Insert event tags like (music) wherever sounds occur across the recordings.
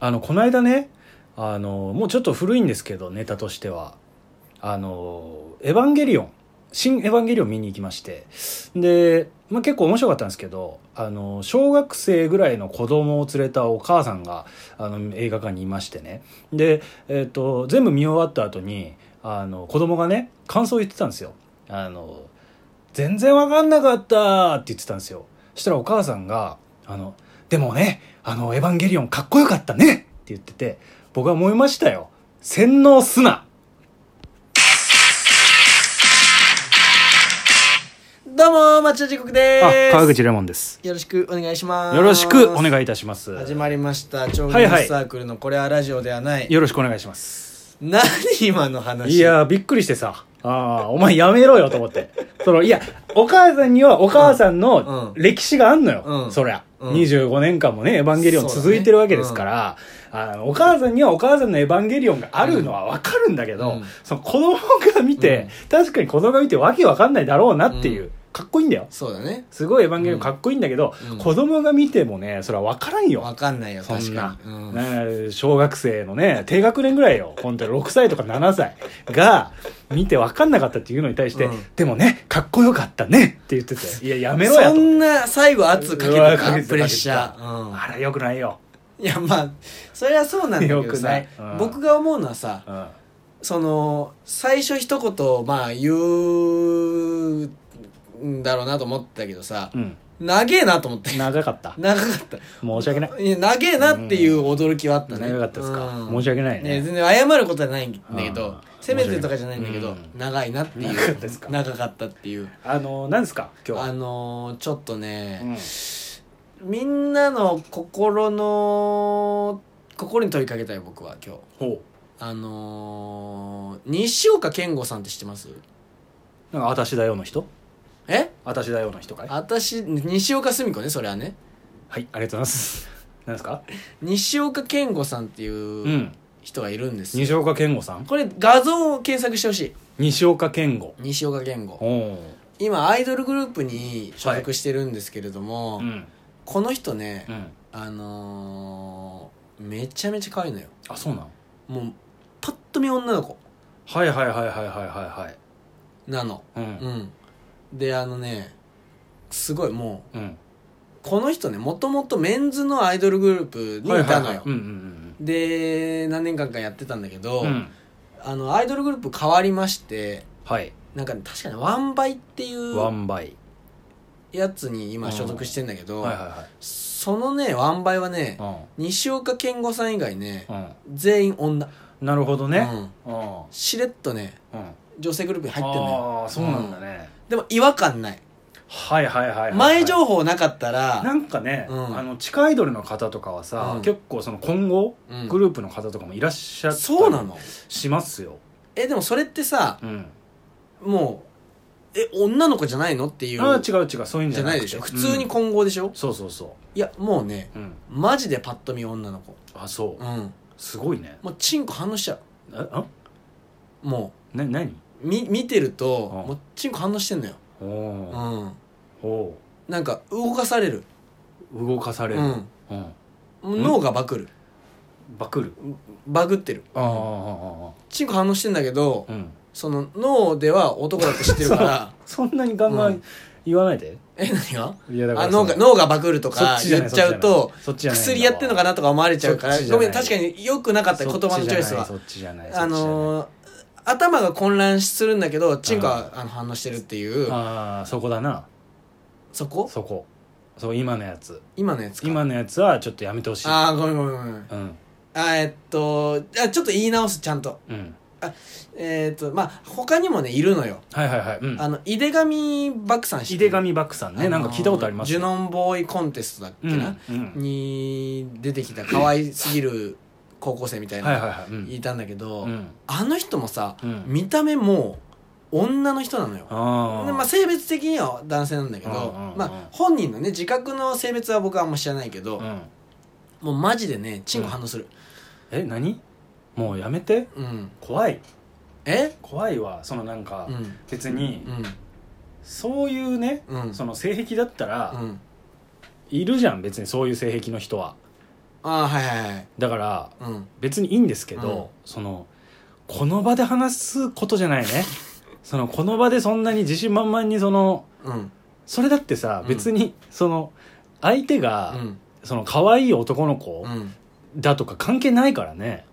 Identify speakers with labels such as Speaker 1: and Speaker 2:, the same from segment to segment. Speaker 1: あのこの間ねあのもうちょっと古いんですけどネタとしてはあの「エヴァンゲリオン」新「エヴァンゲリオン」見に行きましてで、まあ、結構面白かったんですけどあの小学生ぐらいの子供を連れたお母さんがあの映画館にいましてねで、えっと全部見終わった後にあの子供がね感想を言ってたんですよあの全然わかんなかったって言ってたんですよそしたらお母さんが「あのでもねあのエヴァンゲリオンかっこよかったね!」って言ってて僕は思いましたよ洗脳すな
Speaker 2: どうも町田時刻で
Speaker 1: あ
Speaker 2: す
Speaker 1: 川口レモンです
Speaker 2: よろしくお願いします
Speaker 1: よろしくお願いいたします
Speaker 2: 始まりました超
Speaker 1: は
Speaker 2: 技
Speaker 1: いはい
Speaker 2: 術サークルのこれはラジオではない、
Speaker 1: よろしくお願いします
Speaker 2: 何今の話
Speaker 1: いやーびっくりしてさあーお前やめろよと思ってそのいやお母さんにはお母さんの
Speaker 2: うん
Speaker 1: 歴史があんのよ、
Speaker 2: うん
Speaker 1: そりゃ、
Speaker 2: うん
Speaker 1: 25年間もね「エヴァンゲリオン」続いてるわけですから、あのお母さんにはお母さんの「エヴァンゲリオン」があるのはわかるんだけど、
Speaker 2: うん
Speaker 1: その子供が見て、確かに子供が見てわけわかんないだろうなっていう、
Speaker 2: うん
Speaker 1: かっこいいんだよ
Speaker 2: そうだね
Speaker 1: すごい「エヴァンゲリオン」かっこいいんだけど、
Speaker 2: うん
Speaker 1: 子供が見てもねそれはわからんよ、
Speaker 2: わかんないよ
Speaker 1: そ
Speaker 2: 確
Speaker 1: ん
Speaker 2: か
Speaker 1: な、
Speaker 2: に、うん
Speaker 1: ね小学生のね、低学年ぐらいよ。本当に6歳とか7歳が、見て分かんなかったっていうのに対して、
Speaker 2: うん
Speaker 1: でもね、かっこよかったねって言って
Speaker 2: (laughs)
Speaker 1: て、いや、やめろや
Speaker 2: そ
Speaker 1: と。
Speaker 2: んな最後圧かけ
Speaker 1: うわ
Speaker 2: て
Speaker 1: かけてた
Speaker 2: たプレッシャ
Speaker 1: かけて
Speaker 2: ー、うん
Speaker 1: あら、よくないよ。
Speaker 2: いやまあそれはそうなんだけ
Speaker 1: よ
Speaker 2: ど
Speaker 1: く
Speaker 2: さ、
Speaker 1: ないうん
Speaker 2: 僕が思うのはさ
Speaker 1: うん。うん。
Speaker 2: その最初一言まあ言うんだろうなと思ったけどさ、長えなと思って
Speaker 1: 長かった。
Speaker 2: 長かった
Speaker 1: 申し訳ない。
Speaker 2: いや長えなっていう驚きはあったね、
Speaker 1: 長かったですか
Speaker 2: うん
Speaker 1: 申し訳ないね
Speaker 2: ね全然謝ることはないんだけ
Speaker 1: う
Speaker 2: ど
Speaker 1: ん
Speaker 2: 責めてるとかじゃないんだけ
Speaker 1: う
Speaker 2: ど、
Speaker 1: ん
Speaker 2: 長いなっていう
Speaker 1: 長かったですか
Speaker 2: 長かったっていう
Speaker 1: あの、何ですか今日
Speaker 2: あ
Speaker 1: は。
Speaker 2: のーちょっとね、
Speaker 1: うん
Speaker 2: みんなの心の心に問いかけたい僕は今日
Speaker 1: ほ
Speaker 2: あのー、西岡健吾さんって知ってます
Speaker 1: う。なんか、私だよの人
Speaker 2: え
Speaker 1: 私だよの人かい
Speaker 2: 私西岡澄子ねそれはね
Speaker 1: はい、ありがとうございます。何ですか。
Speaker 2: 西岡健吾さんっていううん人がいるんですよ、
Speaker 1: 西岡健吾さん
Speaker 2: これ画像を検索してほしい
Speaker 1: 西岡健吾。
Speaker 2: 西岡健吾
Speaker 1: おー
Speaker 2: 今アイドルグループに所属してるんですけれども、
Speaker 1: うん。
Speaker 2: この人ね、
Speaker 1: うん。
Speaker 2: あのー、めちゃめちゃ可愛いのよ
Speaker 1: あ、そうなの
Speaker 2: もうパッと見女の子
Speaker 1: はいはいはいはいはいはい
Speaker 2: なの
Speaker 1: はい。
Speaker 2: う。んであのねすごいもう
Speaker 1: うん。
Speaker 2: この人ねもともとメンズのアイドルグループにいたのよ、
Speaker 1: うんうん
Speaker 2: で何年間かやってたんだけど、
Speaker 1: うんうん。うん。
Speaker 2: あのアイドルグループ変わりまして
Speaker 1: はい。
Speaker 2: なんかね、確かにワンバイっていう
Speaker 1: ワンバイ。
Speaker 2: やつに今所属してんだけど、
Speaker 1: はいは
Speaker 2: そのねワンバイはね
Speaker 1: い、は
Speaker 2: 西岡健吾さん以外ね
Speaker 1: い。うん。
Speaker 2: 全員女
Speaker 1: うん。なるほどね。
Speaker 2: うん
Speaker 1: うん。うん。
Speaker 2: しれっとね女性グループに入ってんのよ
Speaker 1: ああ、そうなんだね。
Speaker 2: でも違和感ない
Speaker 1: はいはいはいはい。
Speaker 2: 前情報なかった
Speaker 1: な
Speaker 2: ら
Speaker 1: んかね、
Speaker 2: うん
Speaker 1: あの、地下アイドルの方とかはさ、
Speaker 2: うん
Speaker 1: 結構その今後、
Speaker 2: うん
Speaker 1: グループの方とかもいらっしゃったり
Speaker 2: そうなの
Speaker 1: しますよ。
Speaker 2: えでもそれってさ
Speaker 1: うん。
Speaker 2: もうえ女の子じゃないのっていう
Speaker 1: ああ、違う違う、そういうん
Speaker 2: じ
Speaker 1: じゃ
Speaker 2: ゃな
Speaker 1: ないい
Speaker 2: でしょ普通に混合でしょ
Speaker 1: そうそうそ
Speaker 2: いやもうね
Speaker 1: う。うん。
Speaker 2: マジでパッと見女の子
Speaker 1: あ、そうう。
Speaker 2: ん
Speaker 1: すごいね。
Speaker 2: もうチンコ反応しちゃ
Speaker 1: え、あ
Speaker 2: うも
Speaker 1: な、なに
Speaker 2: うみ見てると
Speaker 1: うん
Speaker 2: もうチンコ反応してんのよ
Speaker 1: お
Speaker 2: う
Speaker 1: お
Speaker 2: ん
Speaker 1: お
Speaker 2: なんか動かされる
Speaker 1: ー動かされ
Speaker 2: う
Speaker 1: る。
Speaker 2: ん
Speaker 1: うん。
Speaker 2: 脳がバクる
Speaker 1: バクる。
Speaker 2: バグってる
Speaker 1: ああ、ああ、ああ。
Speaker 2: チンコ反応してんだけど
Speaker 1: うん。
Speaker 2: その脳では男だって知ってるから
Speaker 1: そんなにガンガ
Speaker 2: う
Speaker 1: ン
Speaker 2: ん
Speaker 1: 言わないで。
Speaker 2: (laughs) え何が
Speaker 1: いやだ
Speaker 2: あ
Speaker 1: そ
Speaker 2: 脳
Speaker 1: の
Speaker 2: が脳がバクると
Speaker 1: そ
Speaker 2: か
Speaker 1: っじ
Speaker 2: 言
Speaker 1: ない
Speaker 2: っちゃうと
Speaker 1: そっちじゃない
Speaker 2: 薬やってんのかなとか思われちゃうか
Speaker 1: そ
Speaker 2: ら
Speaker 1: っちじゃ
Speaker 2: ご
Speaker 1: ない
Speaker 2: めん確かによくなかった言葉のチョイスは
Speaker 1: そっちじゃない。そっちじゃない
Speaker 2: あ、のー頭が混乱するんだけどチンコはあの反応してるっていう
Speaker 1: ああー、そこだな。
Speaker 2: そこ
Speaker 1: そこ。そう、今のやつ。
Speaker 2: 今のやつか
Speaker 1: 今のやつはちょっとやめてほしい。
Speaker 2: ああごめんごめんごめん
Speaker 1: うん。
Speaker 2: あーえっとあちょっと言い直すちゃんと
Speaker 1: うん。
Speaker 2: えーっとまあ他にもねいるのよ
Speaker 1: はいはいはい。うん
Speaker 2: あ。の井手上漠さん知
Speaker 1: 井
Speaker 2: って
Speaker 1: 手
Speaker 2: る
Speaker 1: 上漠さんね。なんか聞いたことあります
Speaker 2: ジュノンボーイコンテストだっけ
Speaker 1: うん。う
Speaker 2: な、
Speaker 1: ん。
Speaker 2: に出てきた可愛すぎる高校生みたい
Speaker 1: はいはい
Speaker 2: な
Speaker 1: はい。うん
Speaker 2: いたんだけど、
Speaker 1: うん。
Speaker 2: あの人もさ、
Speaker 1: うん
Speaker 2: 見た目も女の人なのよ
Speaker 1: あ
Speaker 2: で
Speaker 1: あ。
Speaker 2: まあ、性別的には男性なんだけど、
Speaker 1: うんうんうん
Speaker 2: まあ、本人のね自覚の性別は僕はあんま知らないけど、
Speaker 1: うん。
Speaker 2: もうマジでねチンコ反応する、
Speaker 1: え、何もうやめて。
Speaker 2: うん
Speaker 1: 怖い。
Speaker 2: え
Speaker 1: 怖いわ。そのなんか
Speaker 2: う、ん
Speaker 1: 別に
Speaker 2: う、ん
Speaker 1: そういうね、
Speaker 2: うん
Speaker 1: その性癖だったら、
Speaker 2: うん
Speaker 1: いるじゃん別にそういう性癖の人は
Speaker 2: ああはいはいはい
Speaker 1: だから
Speaker 2: うん
Speaker 1: 別にいいんですけど、
Speaker 2: うん
Speaker 1: そのこの場で話すことじゃないね (laughs) そのこの場でそんなに自信満々にその
Speaker 2: うん
Speaker 1: それだってさ、
Speaker 2: うん
Speaker 1: 別にその相手が、
Speaker 2: うん
Speaker 1: その可愛い男の子
Speaker 2: うん
Speaker 1: だとか関係ないからね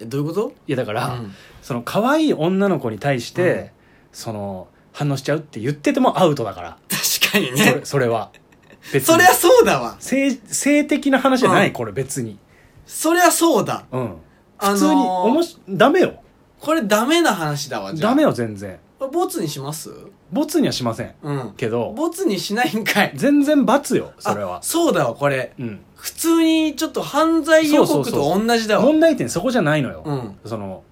Speaker 2: えどういうこと
Speaker 1: いやだから、
Speaker 2: うん
Speaker 1: その可愛い女の子に対して、
Speaker 2: うん
Speaker 1: その反応しちゃうって言っててもアウトだから
Speaker 2: 確かに
Speaker 1: そ
Speaker 2: ね
Speaker 1: れそれは別
Speaker 2: そりゃそうだわ
Speaker 1: 性性的な話じゃない、
Speaker 2: うん
Speaker 1: これ別に、
Speaker 2: そりゃそうだ
Speaker 1: うん、
Speaker 2: あのー
Speaker 1: 普通に、おもしダメよ
Speaker 2: これダメな話だわじゃあ
Speaker 1: ダメよ全然
Speaker 2: これボツにします
Speaker 1: ボツにはしません
Speaker 2: うん
Speaker 1: けど
Speaker 2: ボツにしないんかい
Speaker 1: 全然罰よそれ
Speaker 2: あ
Speaker 1: は
Speaker 2: そうだわこれ
Speaker 1: うん
Speaker 2: 普通にちょっと犯罪予告
Speaker 1: そう
Speaker 2: と
Speaker 1: そう
Speaker 2: 同じだわ
Speaker 1: 問題点そこじゃないのよ、
Speaker 2: うん
Speaker 1: その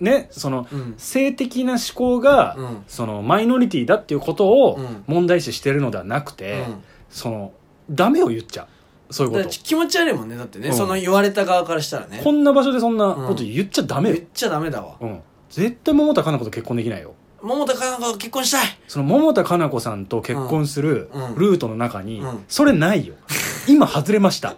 Speaker 1: ねその
Speaker 2: うん
Speaker 1: 性的な思考が、
Speaker 2: うん
Speaker 1: そのマイノリティだっていうことを
Speaker 2: うん
Speaker 1: 問題視してるのではなくて、そのダメを言っちゃうそう
Speaker 2: う
Speaker 1: い
Speaker 2: ん
Speaker 1: う
Speaker 2: だ
Speaker 1: こ
Speaker 2: から
Speaker 1: と
Speaker 2: 気持ち悪いもんねだってね
Speaker 1: うん
Speaker 2: その言われた側からしたらね
Speaker 1: こんな場所でそんなこと言っちゃダメよ
Speaker 2: 言っ、ちゃダメだわ
Speaker 1: うん絶対桃田かな子と結婚できないよ
Speaker 2: 桃田佳菜子と結婚したい
Speaker 1: その桃田かな子さんと結婚する
Speaker 2: うんうん
Speaker 1: ルートの中に、
Speaker 2: うん
Speaker 1: それない
Speaker 2: (laughs)
Speaker 1: よ今外れました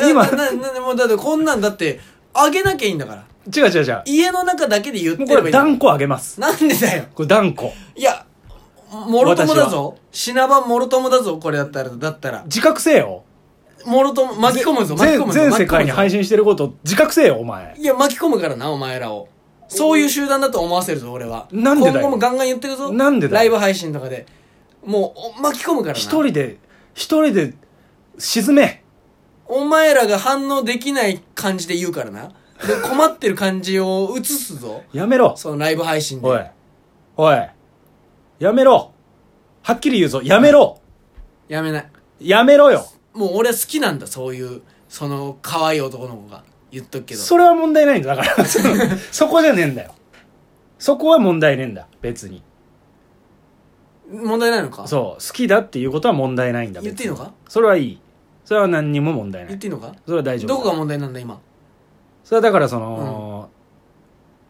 Speaker 1: 今
Speaker 2: 今なななもうだってこんなんだってあげなきゃいいんだから
Speaker 1: 違う違う違う
Speaker 2: 家の中だけで言っ
Speaker 1: も
Speaker 2: て
Speaker 1: う
Speaker 2: れば
Speaker 1: これ
Speaker 2: いいんだから
Speaker 1: 断固あげます
Speaker 2: なんでだよ
Speaker 1: これ断固
Speaker 2: いやもろともだぞ品番もろともだぞこれだったらだったら
Speaker 1: 自覚せよ
Speaker 2: もろとも巻き込むぞ巻き込
Speaker 1: 全
Speaker 2: むぞ
Speaker 1: 全世界に
Speaker 2: 巻き込むぞ
Speaker 1: 配信してること自覚せよお前
Speaker 2: いや巻き込むからなお前らをそういう集団だと思わせるぞ俺は
Speaker 1: なんでだよ
Speaker 2: 今後もガンガン言ってくぞ
Speaker 1: なんでだよ
Speaker 2: ライブ配信とかでもうお巻き込むからな
Speaker 1: 一人で一人で沈め
Speaker 2: お前らが反応できない感じで言うからなで困ってる感じを映すぞ
Speaker 1: やめろ
Speaker 2: そのライブ配信で
Speaker 1: おいおいやめろはっきり言うぞやめろ
Speaker 2: やめない
Speaker 1: やめろよ
Speaker 2: もう俺は好きなんだそういうその可愛い男の子が言っとくけど
Speaker 1: それは問題ないんだだからそのそこじゃねえんだよそこは問題ねえんだ別に
Speaker 2: 問題ないのか
Speaker 1: そう好きだっていうことは問題ないんだ
Speaker 2: 言っていいのか
Speaker 1: 別にそれはいいそれは何にも問題な
Speaker 2: 言っ
Speaker 1: い
Speaker 2: ていいのか
Speaker 1: それは大丈夫
Speaker 2: どこが問題なんだ今
Speaker 1: それはだからその、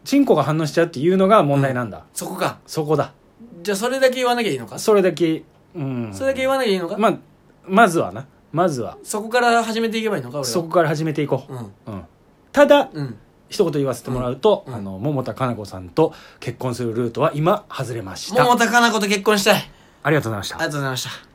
Speaker 1: チンコが反応しちゃうっていうのが問題なんだ、
Speaker 2: そこか
Speaker 1: そこだ
Speaker 2: じゃあそれだけ言わなきゃいいのかそ
Speaker 1: それだけうん
Speaker 2: れだけ言わなきゃいいのか、
Speaker 1: まあまずはなまずは
Speaker 2: そこから始めていけばいいのか俺は
Speaker 1: そこから始めていこう、
Speaker 2: うん
Speaker 1: うんただ
Speaker 2: うん
Speaker 1: 一言言わせてもらうと、
Speaker 2: うんうん
Speaker 1: あの桃田加奈子さんと結婚するルートは今外れました
Speaker 2: 桃田かな子と結婚したい
Speaker 1: ありがとうございまし
Speaker 2: あ
Speaker 1: た
Speaker 2: りがとうございました